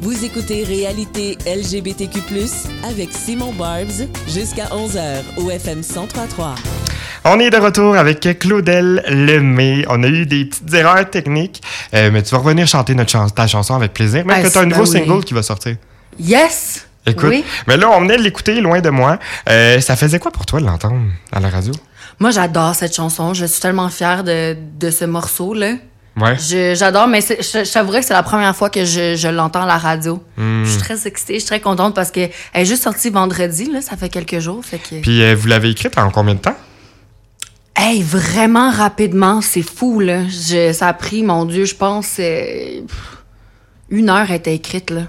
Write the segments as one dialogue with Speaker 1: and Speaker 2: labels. Speaker 1: Vous écoutez Réalité LGBTQ+, avec Simon Barbs, jusqu'à 11h au FM 103.3.
Speaker 2: On est de retour avec Claudel Lemay. On a eu des petites erreurs techniques, euh, mais tu vas revenir chanter notre chans- ta chanson avec plaisir, même
Speaker 3: Ah,
Speaker 2: que tu as un
Speaker 3: c'est
Speaker 2: nouveau
Speaker 3: ben oui.
Speaker 2: single qui va sortir.
Speaker 3: Yes!
Speaker 2: Écoute,
Speaker 3: Oui.
Speaker 2: mais là, on venait de l'écouter loin de moi. Euh, ça faisait quoi pour toi de l'entendre à la radio?
Speaker 3: Moi, j'adore cette chanson. Je suis tellement fière de, de ce morceau-là.
Speaker 2: Ouais.
Speaker 3: Je- J'adore, mais c'est- je, je t'avouerais que c'est la première fois que je, je l'entends à la radio.
Speaker 2: Hmm.
Speaker 3: Je suis très excitée, je suis très contente parce qu'elle est juste sortie vendredi, là, ça fait quelques jours. Fait que...
Speaker 2: Puis euh, vous l'avez écrite en combien de temps?
Speaker 3: Hey, vraiment rapidement, c'est fou, là. Je- ça a pris, mon Dieu, je pense, euh, pff, une heure était écrite, là.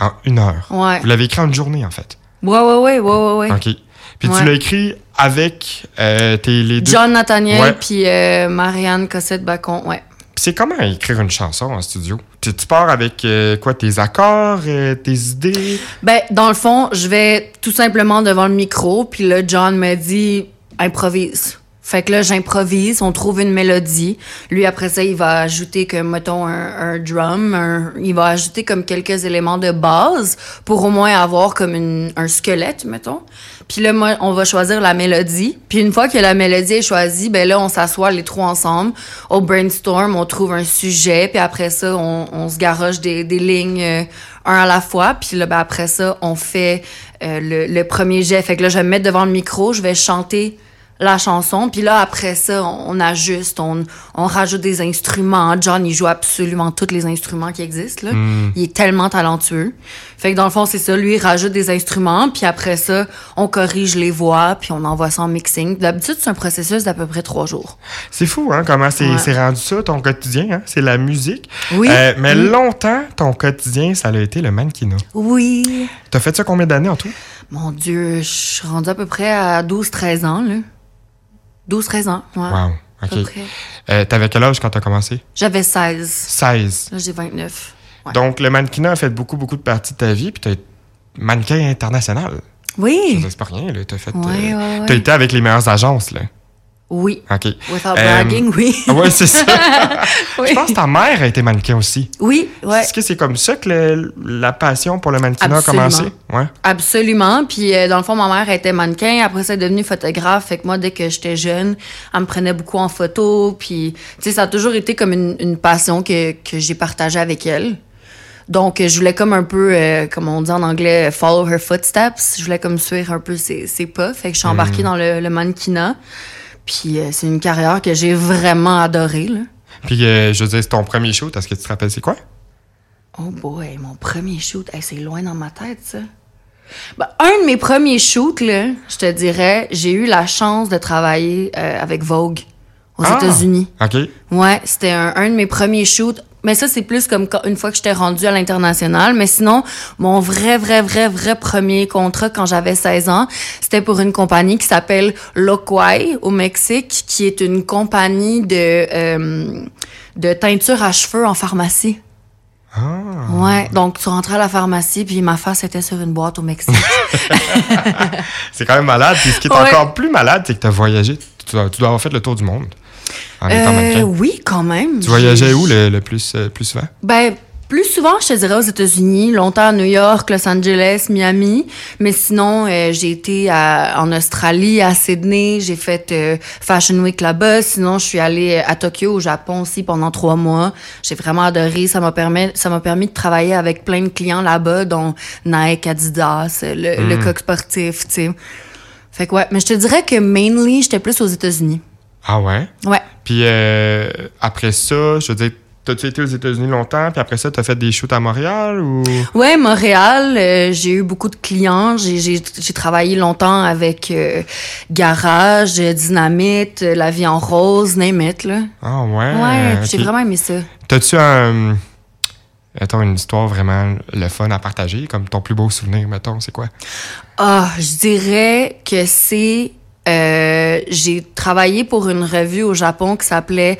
Speaker 2: En une heure.
Speaker 3: Ouais.
Speaker 2: Vous l'avez écrit en une journée, en fait.
Speaker 3: Ouais, ouais, ouais, ouais, ouais, ouais.
Speaker 2: OK. Puis tu
Speaker 3: Ouais.
Speaker 2: l'as écrit avec euh, tes, les deux...
Speaker 3: John Nathaniel
Speaker 2: Ouais.
Speaker 3: puis euh, Marianne Cossette-Bacon, ouais.
Speaker 2: Puis C'est comment écrire une chanson en studio? Tu, tu pars avec euh, quoi? Tes accords, euh, tes idées?
Speaker 3: Ben, dans le fond, je vais tout simplement devant le micro, puis là, John me dit improvise. Fait que là, j'improvise, on trouve une mélodie. Lui, après ça, il va ajouter, comme, mettons, un, un drum, un- il va ajouter comme quelques éléments de base pour au moins avoir comme une- un squelette, mettons. Puis là, moi, on va choisir la mélodie. Puis une fois que la mélodie est choisie, ben là, on s'assoit les trois ensemble, on brainstorm, on trouve un sujet, puis après ça, on, on se garoche des, des lignes euh, un à la fois. Puis là, ben, après ça, on fait euh, le, le premier jet. Fait que là, je vais me mettre devant le micro, je vais chanter la chanson. Puis là, après ça, on, on ajuste, on, on rajoute des instruments. John, il joue absolument tous les instruments qui existent. Là.
Speaker 2: Mm.
Speaker 3: Il est tellement talentueux. Fait que dans le fond, c'est ça. Lui, il rajoute des instruments. Puis après ça, on corrige les voix, puis on envoie ça en mixing. D'habitude, c'est un processus d'à peu près trois jours.
Speaker 2: C'est fou, hein, comment c'est
Speaker 3: Ouais.
Speaker 2: c'est rendu ça, ton quotidien, hein? c'est la musique.
Speaker 3: Oui. Mm.
Speaker 2: Euh, mais
Speaker 3: Oui.
Speaker 2: longtemps, ton quotidien, ça a été le mannequinat.
Speaker 3: Oui.
Speaker 2: T'as fait ça combien d'années en tout?
Speaker 3: Mon Dieu, je suis rendue à peu près à 12-13 ans, là. 12-13 ans, ouais.
Speaker 2: Wow,
Speaker 3: Ah. À peu
Speaker 2: OK.
Speaker 3: près.
Speaker 2: Euh, T'avais quel âge quand t'as commencé?
Speaker 3: J'avais 16.
Speaker 2: 16.
Speaker 3: Là, j'ai 29. Ouais.
Speaker 2: Donc, le mannequinat a fait beaucoup, beaucoup de partie de ta vie, puis t'as été mannequin international. Je veux
Speaker 3: Oui.
Speaker 2: dire, C'est pas rien, là. T'as fait... euh,
Speaker 3: Ouais, ouais, ouais.
Speaker 2: T'as été avec les meilleures agences, là.
Speaker 3: Oui.
Speaker 2: OK.
Speaker 3: Without
Speaker 2: Euh,
Speaker 3: bragging, oui.
Speaker 2: Ouais, c'est ça.
Speaker 3: oui.
Speaker 2: Je pense que ta mère a été mannequin aussi.
Speaker 3: Oui, ouais.
Speaker 2: Est-ce que c'est comme ça que le- la passion pour le mannequinat a
Speaker 3: Absolument.
Speaker 2: commencé? Ouais.
Speaker 3: Absolument. Puis, euh, dans le fond, ma mère elle était mannequin. Après, ça, elle est devenue photographe. Fait que moi, dès que j'étais jeune, elle me prenait beaucoup en photo. Puis, tu sais, ça a toujours été comme une, une passion que, que j'ai partagée avec elle. Donc, euh, je voulais comme un peu, euh, comme on dit en anglais, follow her footsteps. Je voulais comme suivre un peu ses, ses pas. Fait que je suis embarquée dans le, le mannequinat. Puis, euh, c'est une carrière que j'ai vraiment adorée, là.
Speaker 2: Puis, euh, je veux dire, c'est ton premier shoot. Est-ce que tu te rappelles c'est quoi?
Speaker 3: Oh boy, mon premier shoot, Hey, c'est loin dans ma tête, ça. Ben, un de mes premiers shoots, là, je te dirais, j'ai eu la chance de travailler euh, avec Vogue aux
Speaker 2: Ah!
Speaker 3: États-Unis.
Speaker 2: OK.
Speaker 3: Ouais, c'était un, un de mes premiers shoots. Mais ça, c'est plus comme quand- une fois que j'étais rendue à l'international. Mais sinon, mon vrai, vrai, vrai, vrai premier contrat quand j'avais 16 ans, c'était pour une compagnie qui s'appelle Loquai au Mexique, qui est une compagnie de, euh, de teinture à cheveux en pharmacie.
Speaker 2: Ah.
Speaker 3: Ouais, donc tu rentrais à la pharmacie, puis ma face était sur une boîte au Mexique.
Speaker 2: C'est quand même malade. Puis, ce qui est
Speaker 3: Ouais.
Speaker 2: encore plus malade, c'est que tu as voyagé. Tu dois, tu dois avoir fait le tour du monde en étant
Speaker 3: euh,
Speaker 2: mannequin.
Speaker 3: oui, quand même.
Speaker 2: Tu voyageais
Speaker 3: J'ai-
Speaker 2: où le, le plus, euh, plus souvent?
Speaker 3: Ben, plus souvent, je te dirais aux États-Unis, longtemps à New York, Los Angeles, Miami. Mais sinon, euh, j'ai été à- en Australie, à Sydney, j'ai fait euh, Fashion Week là-bas. Sinon, je suis allée euh, à Tokyo, au Japon aussi, pendant trois mois. J'ai vraiment adoré. Ça m'a permis, ça m'a permis de travailler avec plein de clients là-bas, dont Nike, Adidas, euh, le, le coq sportif, tu sais. Fait que ouais, mais je te dirais que mainly, j'étais plus aux États-Unis.
Speaker 2: Ah ouais?
Speaker 3: Ouais.
Speaker 2: Puis, euh, après ça, je veux dire, t'as-tu été aux États-Unis longtemps? Puis après ça, t'as fait des shoots à Montréal ou...
Speaker 3: Ouais, Montréal, euh, j'ai eu beaucoup de clients. J'ai- J'ai j'ai travaillé longtemps avec euh, Garage, euh, Dynamite, euh, La Vie en Rose, Name it, là.
Speaker 2: Ah ouais?
Speaker 3: Ouais,
Speaker 2: OK.
Speaker 3: j'ai vraiment aimé ça.
Speaker 2: T'as-tu un. Mettons, une histoire vraiment le fun à partager, comme ton plus beau souvenir, mettons, c'est quoi?
Speaker 3: Ah, je dirais que c'est... euh, j'ai travaillé pour une revue au Japon qui s'appelait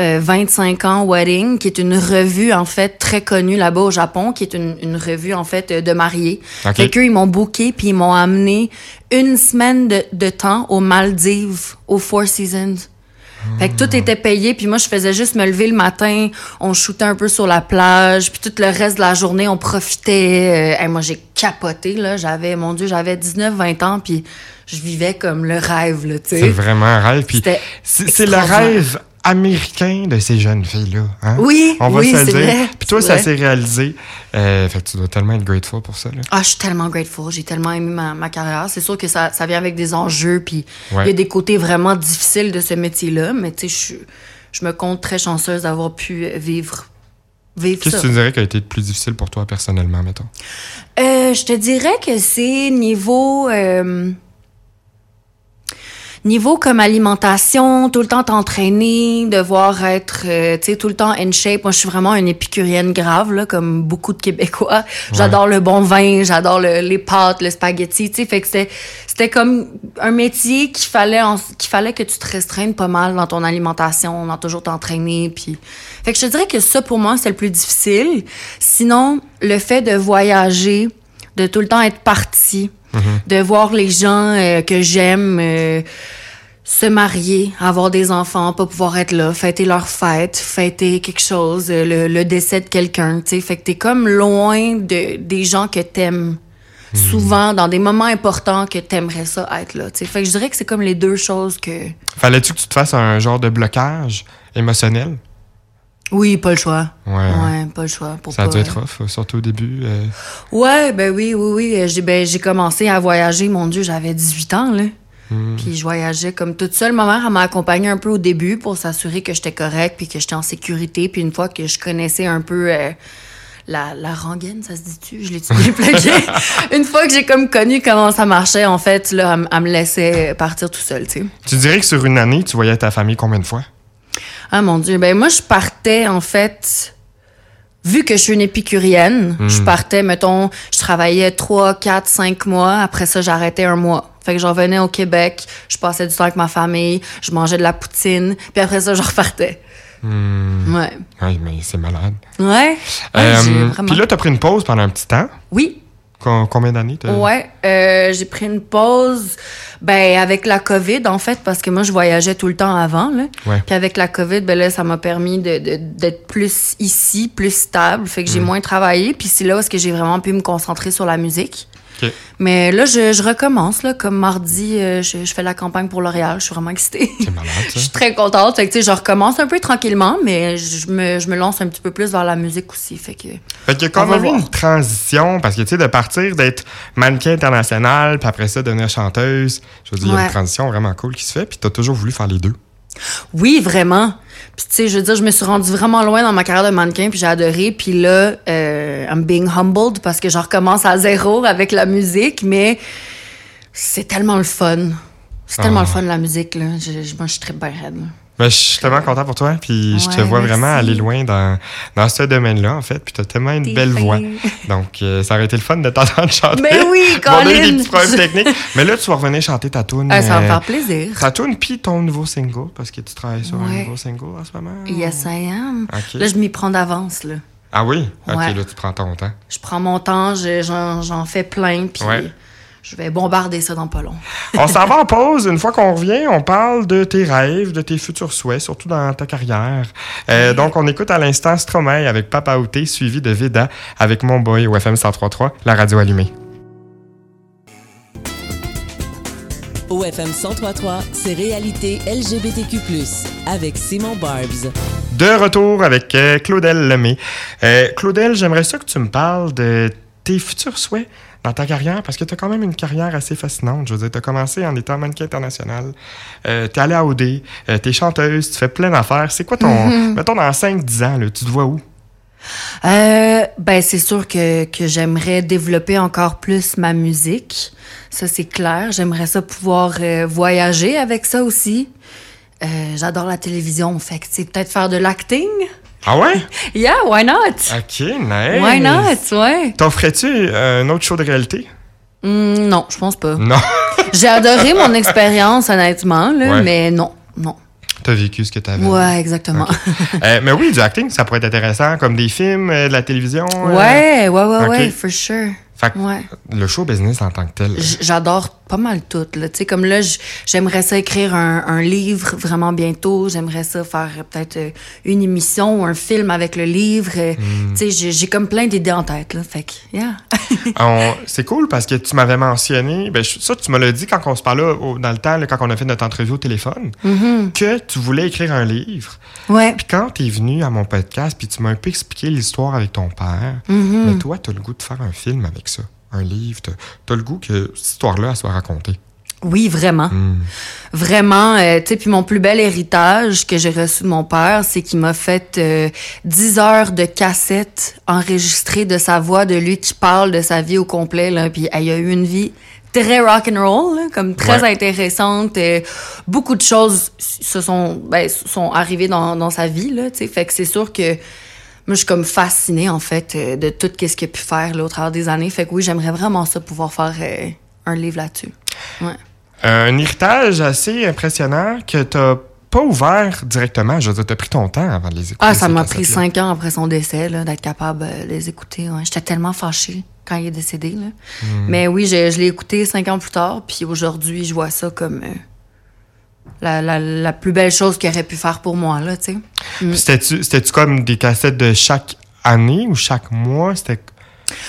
Speaker 3: euh, 25 ans Wedding, qui est une revue, en fait, très connue là-bas au Japon, qui est une, une revue, en fait, euh, de mariés.
Speaker 2: Ok.
Speaker 3: Fait qu'eux, ils m'ont booké, puis ils m'ont amené une semaine de, de temps aux Maldives, aux Four Seasons. Fait que tout était payé, puis moi, je faisais juste me lever le matin, on shootait un peu sur la plage, puis tout le reste de la journée, on profitait. Euh, hey, moi, j'ai capoté, là. J'avais, mon Dieu, j'avais 19, 20 ans, puis je vivais comme le rêve, là, tu sais.
Speaker 2: C'est vraiment un rêve. Puis
Speaker 3: C'était
Speaker 2: c'est c'est le
Speaker 3: extraordinaire.
Speaker 2: rêve américain de ces jeunes filles-là. hein?
Speaker 3: Oui,
Speaker 2: On va
Speaker 3: oui,
Speaker 2: se le
Speaker 3: c'est
Speaker 2: dire.
Speaker 3: vrai,
Speaker 2: Puis toi,
Speaker 3: c'est
Speaker 2: ça
Speaker 3: vrai.
Speaker 2: s'est réalisé. Euh, fait que tu dois tellement être grateful pour ça. Là.
Speaker 3: Ah, je suis tellement grateful. J'ai tellement aimé ma, ma carrière. C'est sûr que ça, ça vient avec des enjeux, puis il
Speaker 2: Ouais.
Speaker 3: y a des côtés vraiment difficiles de ce métier-là, mais tu sais, je suis- je me compte très chanceuse d'avoir pu vivre, vivre
Speaker 2: Qu'est-ce
Speaker 3: ça.
Speaker 2: que tu dirais qui a été le plus difficile pour toi personnellement, mettons?
Speaker 3: Euh, je te dirais que c'est niveau. euh, Niveau comme alimentation, tout le temps t'entraîner, devoir être, euh, tu sais, tout le temps in shape. Moi, je suis vraiment une épicurienne grave, là, comme beaucoup de Québécois. J'adore le bon vin, j'adore le- les pâtes, le spaghetti, tu sais. Fait que c'était, c'était comme un métier qu'il fallait, en- qu'il fallait que tu te restreignes pas mal dans ton alimentation, dans toujours t'entraîner, puis. Fait que je te dirais que ça, pour moi, c'est le plus difficile. Sinon, le fait de voyager, de tout le temps être parti, de voir les gens euh, que j'aime. euh, se marier, avoir des enfants, pas pouvoir être là, fêter leur fête, fêter quelque chose, euh, le, le décès de quelqu'un, tu sais. Fait que t'es comme loin de, des gens que t'aimes. Hmm. Souvent, dans des moments importants que t'aimerais ça être là, tu sais. Fait que je dirais que c'est comme les deux choses que...
Speaker 2: Fallait-tu que tu te fasses un genre de blocage émotionnel?
Speaker 3: Oui, pas le choix.
Speaker 2: Ouais.
Speaker 3: Ouais, pas le choix. Pour
Speaker 2: Ça a
Speaker 3: pas...
Speaker 2: dû être rough, surtout au début. euh.
Speaker 3: Ouais, ben oui, oui, oui. Euh, J'ai ben, j'ai commencé à voyager, mon Dieu, j'avais 18 ans, là. Puis je voyageais comme toute seule. Ma mère, elle m'a accompagnée un peu au début pour s'assurer que j'étais correcte puis que j'étais en sécurité. Puis une fois que je connaissais un peu euh, la, la rengaine, ça se dit-tu? Je l'ai-tu déplugué? une fois que j'ai comme connu comment ça marchait, en fait, là, elle, m- elle me laissait partir tout seul, tu sais.
Speaker 2: Tu dirais que sur une année, tu voyais ta famille combien de fois?
Speaker 3: Ah mon Dieu, ben moi je partais en fait. Vu que je suis une épicurienne,
Speaker 2: Hmm.
Speaker 3: je partais, mettons, je travaillais 3, 4, 5 mois. Après ça, j'arrêtais un mois. Fait que je revenais au Québec, je passais du temps avec ma famille, je mangeais de la poutine, puis après ça, je repartais. Ouais.
Speaker 2: Oui, mais c'est malade.
Speaker 3: Ouais. Ouais,
Speaker 2: Hmm. Euh,
Speaker 3: Ah, j'ai vraiment-
Speaker 2: Puis là, tu as pris une pause pendant un petit temps.
Speaker 3: oui,
Speaker 2: Com- combien d'années? t'as-
Speaker 3: Ouais, euh, j'ai pris une pause ben avec la Covid en fait parce que moi je voyageais tout le temps avant là.
Speaker 2: Ouais.
Speaker 3: Puis avec la Covid ben là ça m'a permis de de- d'être plus ici, plus stable, fait que
Speaker 2: Mm.
Speaker 3: j'ai moins travaillé puis c'est là où est-ce que j'ai vraiment pu me concentrer sur la musique.
Speaker 2: Ok.
Speaker 3: Mais là je, je recommence là comme mardi euh, je, je fais la campagne pour L'Oréal, je suis vraiment excitée.
Speaker 2: C'est malade,
Speaker 3: Je
Speaker 2: ça.
Speaker 3: suis très contente. Fait que, tu sais, je recommence un peu tranquillement, mais je me, je me lance un petit peu plus vers la musique aussi. Fait que...
Speaker 2: Fait qu'il y a
Speaker 3: On
Speaker 2: quand
Speaker 3: va
Speaker 2: même eu
Speaker 3: voir.
Speaker 2: une transition, parce que, tu sais, de partir d'être mannequin international, puis après ça, devenir chanteuse, je veux dire, il y a
Speaker 3: Ouais.
Speaker 2: une transition vraiment cool qui se fait, puis t'as toujours voulu faire les deux.
Speaker 3: Oui, vraiment. Puis tu sais, je veux dire, je me suis rendue vraiment loin dans ma carrière de mannequin, puis j'ai adoré. Puis là, euh, I'm being humbled parce que je recommence à zéro avec la musique, mais c'est tellement le fun. C'est tellement
Speaker 2: Ah.
Speaker 3: le fun la musique là. Je, je, moi, je suis très bien raide. là.
Speaker 2: Ben, je suis tellement content pour toi, puis je te
Speaker 3: Ouais,
Speaker 2: vois vraiment
Speaker 3: merci.
Speaker 2: aller loin dans, dans ce domaine-là, en fait, puis t'as tellement une
Speaker 3: T'es
Speaker 2: belle
Speaker 3: fin.
Speaker 2: voix. Donc, euh, ça aurait été le fun de t'entendre chanter.
Speaker 3: Ben oui,
Speaker 2: On a eu des
Speaker 3: Colin.
Speaker 2: petits problèmes techniques. Mais là, tu vas revenir chanter ta tune.
Speaker 3: Ah, ça va me
Speaker 2: euh,
Speaker 3: faire plaisir.
Speaker 2: Ta tune, puis ton nouveau single, parce que tu travailles sur un
Speaker 3: Ouais.
Speaker 2: nouveau single en ce moment.
Speaker 3: Yes, I am.
Speaker 2: Ok.
Speaker 3: Là, je m'y prends d'avance là.
Speaker 2: Ah oui? Ok,
Speaker 3: Ouais.
Speaker 2: là, tu prends ton temps.
Speaker 3: Je prends mon temps, je- j'en j'en fais plein, puis
Speaker 2: Ouais.
Speaker 3: je vais bombarder ça dans pas long.
Speaker 2: On s'en va en pause. Une fois qu'on revient, on parle de tes rêves, de tes futurs souhaits, surtout dans ta carrière. Euh, Donc, on écoute à l'instant Stromae avec Papa Outé, suivi de Veda avec Mon Boy au FM 103.3, la radio allumée.
Speaker 1: OFM 1033, c'est réalité LGBTQ+, avec Simon Barbs.
Speaker 2: De retour avec euh, Claudel Lemay. Euh, Claudel, j'aimerais ça que tu me parles de tes futurs souhaits dans ta carrière, parce que tu as quand même une carrière assez fascinante. Je veux dire, tu as commencé en étant mannequin international, euh, tu es allée à OD, euh, tu es chanteuse, tu fais plein d'affaires. C'est quoi ton... Mettons, dans 5-10 ans, là, tu te vois où?
Speaker 3: Euh, ben c'est sûr que, que j'aimerais développer encore plus ma musique. Ça c'est clair. J'aimerais ça pouvoir euh, voyager avec ça aussi. Euh, J'adore la télévision, fait que c'est peut-être faire de l'acting.
Speaker 2: Ah ouais?
Speaker 3: Yeah, why not?
Speaker 2: OK, nice.
Speaker 3: Why not? Ouais.
Speaker 2: T'offrais-tu euh, un autre show de réalité?
Speaker 3: Hmm, non, je pense pas.
Speaker 2: Non.
Speaker 3: J'ai adoré mon expérience honnêtement, là,
Speaker 2: Ouais.
Speaker 3: mais non, non.
Speaker 2: T'as vécu ce que t'avais.
Speaker 3: Ouais, exactement.
Speaker 2: Euh, mais oui, du acting, ça pourrait être intéressant, comme des films, euh, de la télévision. euh.
Speaker 3: Ouais, ouais, ouais, ouais,
Speaker 2: Ok.
Speaker 3: for sure.
Speaker 2: Fait que
Speaker 3: Ouais.
Speaker 2: le show business en tant que tel.
Speaker 3: J- J'adore pas mal tout. Là. Tu sais, Comme là, j- j'aimerais ça écrire un, un livre vraiment bientôt. J'aimerais ça faire euh, peut-être euh, une émission ou un film avec le livre. euh, tu sais, J'ai j'ai comme plein d'idées en tête. Là. Fait que, yeah.
Speaker 2: euh, On- C'est cool parce que tu m'avais mentionné, ben, je- ça, tu me l'as dit quand on se parlait au- dans le temps, là, quand on a fait notre entrevue au téléphone,
Speaker 3: Mm-hmm.
Speaker 2: que tu voulais écrire un livre.
Speaker 3: ouais.
Speaker 2: Puis quand tu es venu à mon podcast, puis tu m'as un peu expliqué l'histoire avec ton père,
Speaker 3: Mm-hmm.
Speaker 2: mais toi, tu as le goût de faire un film avec ça, un livre. Tu as, le goût que cette histoire-là elle soit racontée. Hmm.
Speaker 3: Oui, vraiment. Vraiment, euh, tu sais, puis mon plus bel héritage que j'ai reçu de mon père, c'est qu'il m'a fait euh, 10 heures de cassettes enregistrées de sa voix, de lui qui parle de sa vie au complet, là, puis elle a eu une vie très rock and roll, comme très
Speaker 2: Ouais.
Speaker 3: intéressante. euh, beaucoup de choses se sont, ben, sont arrivées dans, dans sa vie, là, tu sais, fait que c'est sûr que moi, je suis comme fascinée, en fait, euh, de tout quest ce qu'il a pu faire là, au travers des années. Fait que oui, j'aimerais vraiment ça, pouvoir faire euh, un livre là-dessus. Ouais.
Speaker 2: Un héritage assez impressionnant que tu pas ouvert directement. Je veux dire, tu as pris ton temps avant de les écouter.
Speaker 3: Ah, ça
Speaker 2: ces
Speaker 3: m'a pris
Speaker 2: cassettes-là.
Speaker 3: cinq ans après son décès, là, d'être capable euh, de les écouter. ouais. J'étais tellement fâchée quand il est décédé. Là. Mais oui, je, je l'ai écouté cinq ans plus tard, puis aujourd'hui, je vois ça comme euh, la, la- la plus belle chose qu'il aurait pu faire pour moi, là, tu sais.
Speaker 2: Puis C'était-tu c'était-tu comme des cassettes de chaque année ou chaque mois? C'était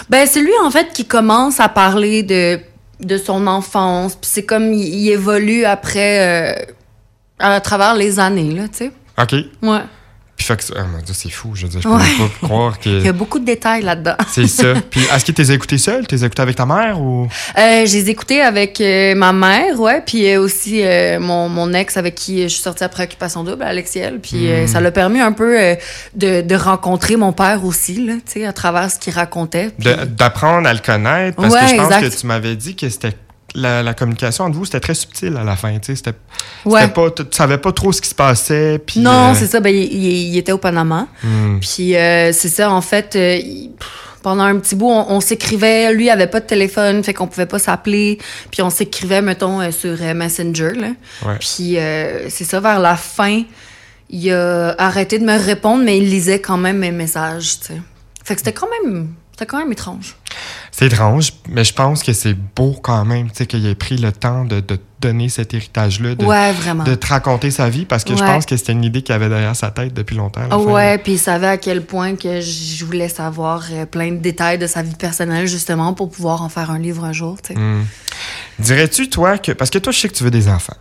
Speaker 3: Ben, c'est lui, en fait, qui commence à parler de, de son enfance, puis c'est comme il, il évolue après, euh, à travers les années, là, tu sais.
Speaker 2: OK.
Speaker 3: Ouais.
Speaker 2: Puis fait que ça- ah, mon Dieu, c'est fou. Je veux dire, je peux
Speaker 3: Ouais.
Speaker 2: même pas croire
Speaker 3: Il y
Speaker 2: que
Speaker 3: a beaucoup de détails là-dedans.
Speaker 2: c'est ça. Puis est-ce que tu les as écoutés seuls? Tu les as écoutés avec ta mère ou.
Speaker 3: Euh, je les écoutais avec euh, ma mère, ouais, puis euh, aussi euh, mon, mon ex avec qui je suis sortie après Occupation Double, Alexiel, puis
Speaker 2: Hmm.
Speaker 3: euh, ça l'a permis un peu euh, de, de rencontrer mon père aussi, là, tu sais, à travers ce qu'il racontait. puis-
Speaker 2: De- d'apprendre à le connaître parce
Speaker 3: Ouais,
Speaker 2: que je pense
Speaker 3: exact.
Speaker 2: que tu m'avais dit que c'était la, la communication entre vous c'était très subtil à la fin tu sais c'était
Speaker 3: Ouais.
Speaker 2: c'était pas tu tu savais pas trop ce qui se passait puis
Speaker 3: non,
Speaker 2: euh,
Speaker 3: c'est ça, ben, il, il- il était au Panama,
Speaker 2: hmm,
Speaker 3: puis euh, c'est ça, en fait, euh, il- pff, pendant un petit bout, on, on s'écrivait, lui avait pas de téléphone, fait qu'on pouvait pas s'appeler, puis on s'écrivait, mettons, euh, sur euh, Messenger, là.
Speaker 2: ouais.
Speaker 3: Puis euh, c'est ça, vers la fin, il a arrêté de me répondre, mais il lisait quand même mes messages, tu sais. Fait que c'était quand même, c'était quand même étrange.
Speaker 2: c'est étrange mais je pense que c'est beau quand même tu sais qu'il ait pris le temps de, de te donner cet héritage là de,
Speaker 3: ouais, vraiment.
Speaker 2: de te raconter sa vie parce que je
Speaker 3: Ouais.
Speaker 2: pense que c'était une idée qu'il avait derrière sa tête depuis longtemps à la
Speaker 3: Ah
Speaker 2: fin.
Speaker 3: ouais, puis il savait à quel point que je voulais savoir euh, plein de détails de sa vie personnelle, justement, pour pouvoir en faire un livre un jour, tu sais.
Speaker 2: Hmm. dirais-tu toi que parce que toi je sais que tu veux des enfants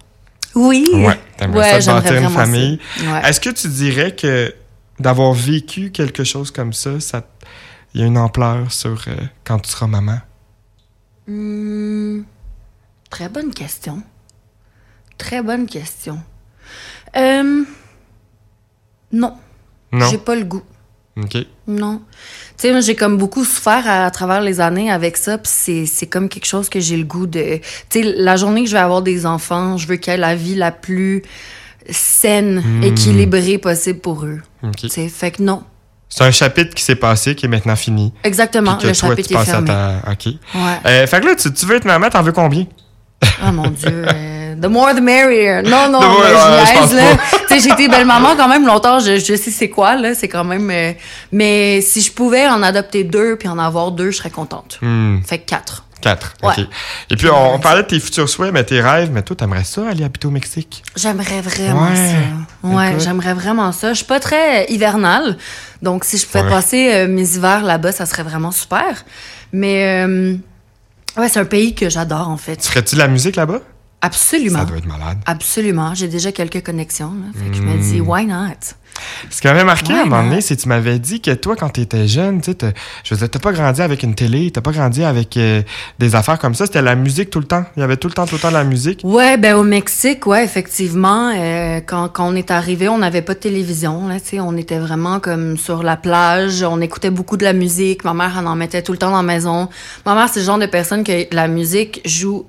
Speaker 3: Oui!
Speaker 2: ouais t'aimerais ça
Speaker 3: j'aimerais
Speaker 2: bâtir une
Speaker 3: vraiment ça.
Speaker 2: famille
Speaker 3: Ouais.
Speaker 2: Est-ce que tu dirais que d'avoir vécu quelque chose comme ça, ça il y a une ampleur sur euh, quand tu seras maman?
Speaker 3: Hmm, très bonne question. Très bonne question. Euh, non,
Speaker 2: Non.
Speaker 3: j'ai pas le goût.
Speaker 2: OK.
Speaker 3: Non. Tu sais, moi, j'ai comme beaucoup souffert à, à travers les années avec ça, puis c'est, c'est comme quelque chose que j'ai le goût de... Tu sais, la journée que je vais avoir des enfants, je veux qu'ils aient la vie la plus saine,
Speaker 2: Hmm.
Speaker 3: équilibrée possible pour eux.
Speaker 2: OK.
Speaker 3: Tu sais, fait que non.
Speaker 2: C'est un chapitre qui s'est passé, qui est maintenant fini.
Speaker 3: Exactement,
Speaker 2: puis que
Speaker 3: le
Speaker 2: toi, tu
Speaker 3: chapitre est
Speaker 2: passes
Speaker 3: fermé.
Speaker 2: à ta. OK.
Speaker 3: Ouais.
Speaker 2: Euh, fait que là, tu, tu veux être maman, t'en veux combien?
Speaker 3: Oh mon Dieu. euh, the more the merrier. Non, non,
Speaker 2: The more,
Speaker 3: mais
Speaker 2: ouais, je
Speaker 3: je
Speaker 2: pense
Speaker 3: niaise, là. Tu sais, j'ai été belle-maman quand même longtemps. Je, je sais c'est quoi, là. C'est quand même... euh, mais si je pouvais en adopter deux puis en avoir deux, je serais contente.
Speaker 2: Hmm,
Speaker 3: Fait que quatre.
Speaker 2: quatre.
Speaker 3: Ouais.
Speaker 2: OK. Et puis, on, on parlait de tes futurs souhaits, mais tes rêves, mais toi, t'aimerais ça aller habiter au Mexique?
Speaker 3: J'aimerais vraiment
Speaker 2: Ouais.
Speaker 3: ça. Ouais,
Speaker 2: Écoute.
Speaker 3: j'aimerais vraiment ça. Je suis pas très hivernale, donc si je pouvais
Speaker 2: Ouais.
Speaker 3: passer euh, mes hivers là-bas, ça serait vraiment super. Mais euh, ouais, c'est un pays que j'adore en
Speaker 2: Tu
Speaker 3: fait.
Speaker 2: ferais-tu de la musique là-bas? Ça
Speaker 3: Absolument.
Speaker 2: doit être malade.
Speaker 3: Absolument. J'ai déjà quelques connexions. là. Fait que je me dis,
Speaker 2: Hmm.
Speaker 3: why not?
Speaker 2: Ce qui m'avait marqué à un
Speaker 3: Ouais,
Speaker 2: moment
Speaker 3: non.
Speaker 2: donné, c'est que tu m'avais dit que toi, quand tu étais jeune, tu sais, t'as- je veux dire, t'as pas grandi avec une télé, t'as pas grandi avec euh, des affaires comme ça. C'était la musique tout le temps. Il y avait tout le temps, tout le temps de la musique.
Speaker 3: Ouais, ben au Mexique, ouais, effectivement, euh, quand, quand on est arrivé, on n'avait pas de télévision, là, tu sais, on était vraiment comme sur la plage, on écoutait beaucoup de la musique, ma mère elle en mettait tout le temps dans la maison. Ma mère, c'est le genre de personne que la musique joue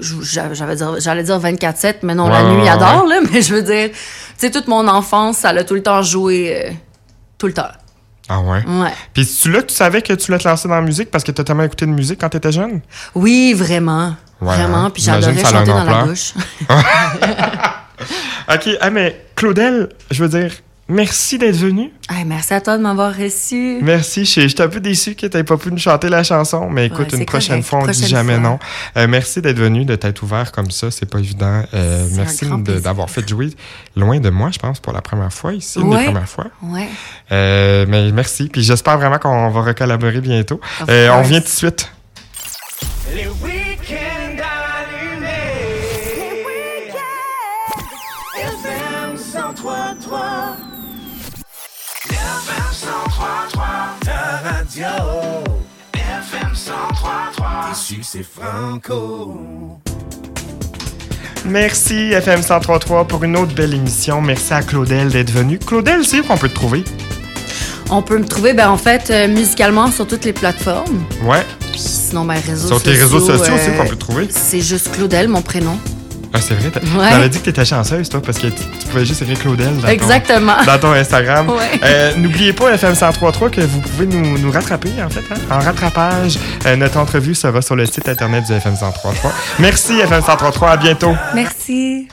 Speaker 3: joue- j'a- j'avais dire- j'allais dire 24/7 mais non la
Speaker 2: Ouais,
Speaker 3: nuit
Speaker 2: ouais,
Speaker 3: adore là mais je veux dire tu sais toute mon enfance ça l'a tout le temps joué euh, tout le temps
Speaker 2: Ah ouais.
Speaker 3: ouais
Speaker 2: Puis tu là, tu savais que tu voulais te lancer dans la musique parce que t'as tellement écouté de musique quand t'étais jeune?
Speaker 3: oui vraiment
Speaker 2: Ouais, hein.
Speaker 3: vraiment puis
Speaker 2: Imagine,
Speaker 3: j'adorais
Speaker 2: ça a
Speaker 3: chanter
Speaker 2: une
Speaker 3: dans la
Speaker 2: ampleur.
Speaker 3: bouche
Speaker 2: OK. Ah, mais Claudel, je veux dire, Merci d'être venu.
Speaker 3: Hey, merci à toi de m'avoir reçu.
Speaker 2: Merci. Je j'étais un peu déçu que tu pas pu nous chanter la chanson, mais écoute,
Speaker 3: c'est
Speaker 2: une prochaine
Speaker 3: correct.
Speaker 2: fois, on ne dit
Speaker 3: Prochaine
Speaker 2: jamais
Speaker 3: fois.
Speaker 2: non. Euh, merci d'être venu, de t'être ouvert comme ça. C'est pas évident. Euh,
Speaker 3: C'est un
Speaker 2: merci
Speaker 3: grand
Speaker 2: de-
Speaker 3: plaisir.
Speaker 2: d'avoir fait jouer loin de moi, je pense, pour la première fois ici, une
Speaker 3: Ouais.
Speaker 2: des premières fois.
Speaker 3: Ouais.
Speaker 2: Euh, mais merci. Puis j'espère vraiment qu'on va recollaborer bientôt.
Speaker 3: Of
Speaker 2: Euh, on
Speaker 3: course.
Speaker 2: vient tout de suite.
Speaker 4: Les week-ends allumés. Les week-ends. FM 103.3. FM 103.3. Ta radio. FM 103.3. Issu, c'est franco.
Speaker 2: Merci FM 1033 pour une autre belle émission. Merci à Claudel d'être venue. Claudel, c'est où qu'on peut te trouver?
Speaker 3: On peut me trouver, ben, en fait, euh, musicalement sur toutes les plateformes.
Speaker 2: Ouais.
Speaker 3: Puis sinon, mes réseaux
Speaker 2: Sur
Speaker 3: sociaux.
Speaker 2: tes réseaux sociaux, c'est où
Speaker 3: euh,
Speaker 2: qu'on peut te trouver?
Speaker 3: C'est juste Claudel, mon prénom.
Speaker 2: Ah, c'est vrai. t'as-
Speaker 3: Ouais.
Speaker 2: T'avais dit que t'étais chanceuse, toi, parce que tu tu pouvais juste écrire Claudel dans ton-
Speaker 3: Exactement.
Speaker 2: dans Ton, Instagram.
Speaker 3: Ouais.
Speaker 2: Euh, N'oubliez pas, FM 1033, que vous pouvez nous, nous rattraper, en fait. hein. En rattrapage, euh, notre entrevue sera sur le site internet du FM 1033. Merci, FM 1033. À bientôt.
Speaker 3: Merci.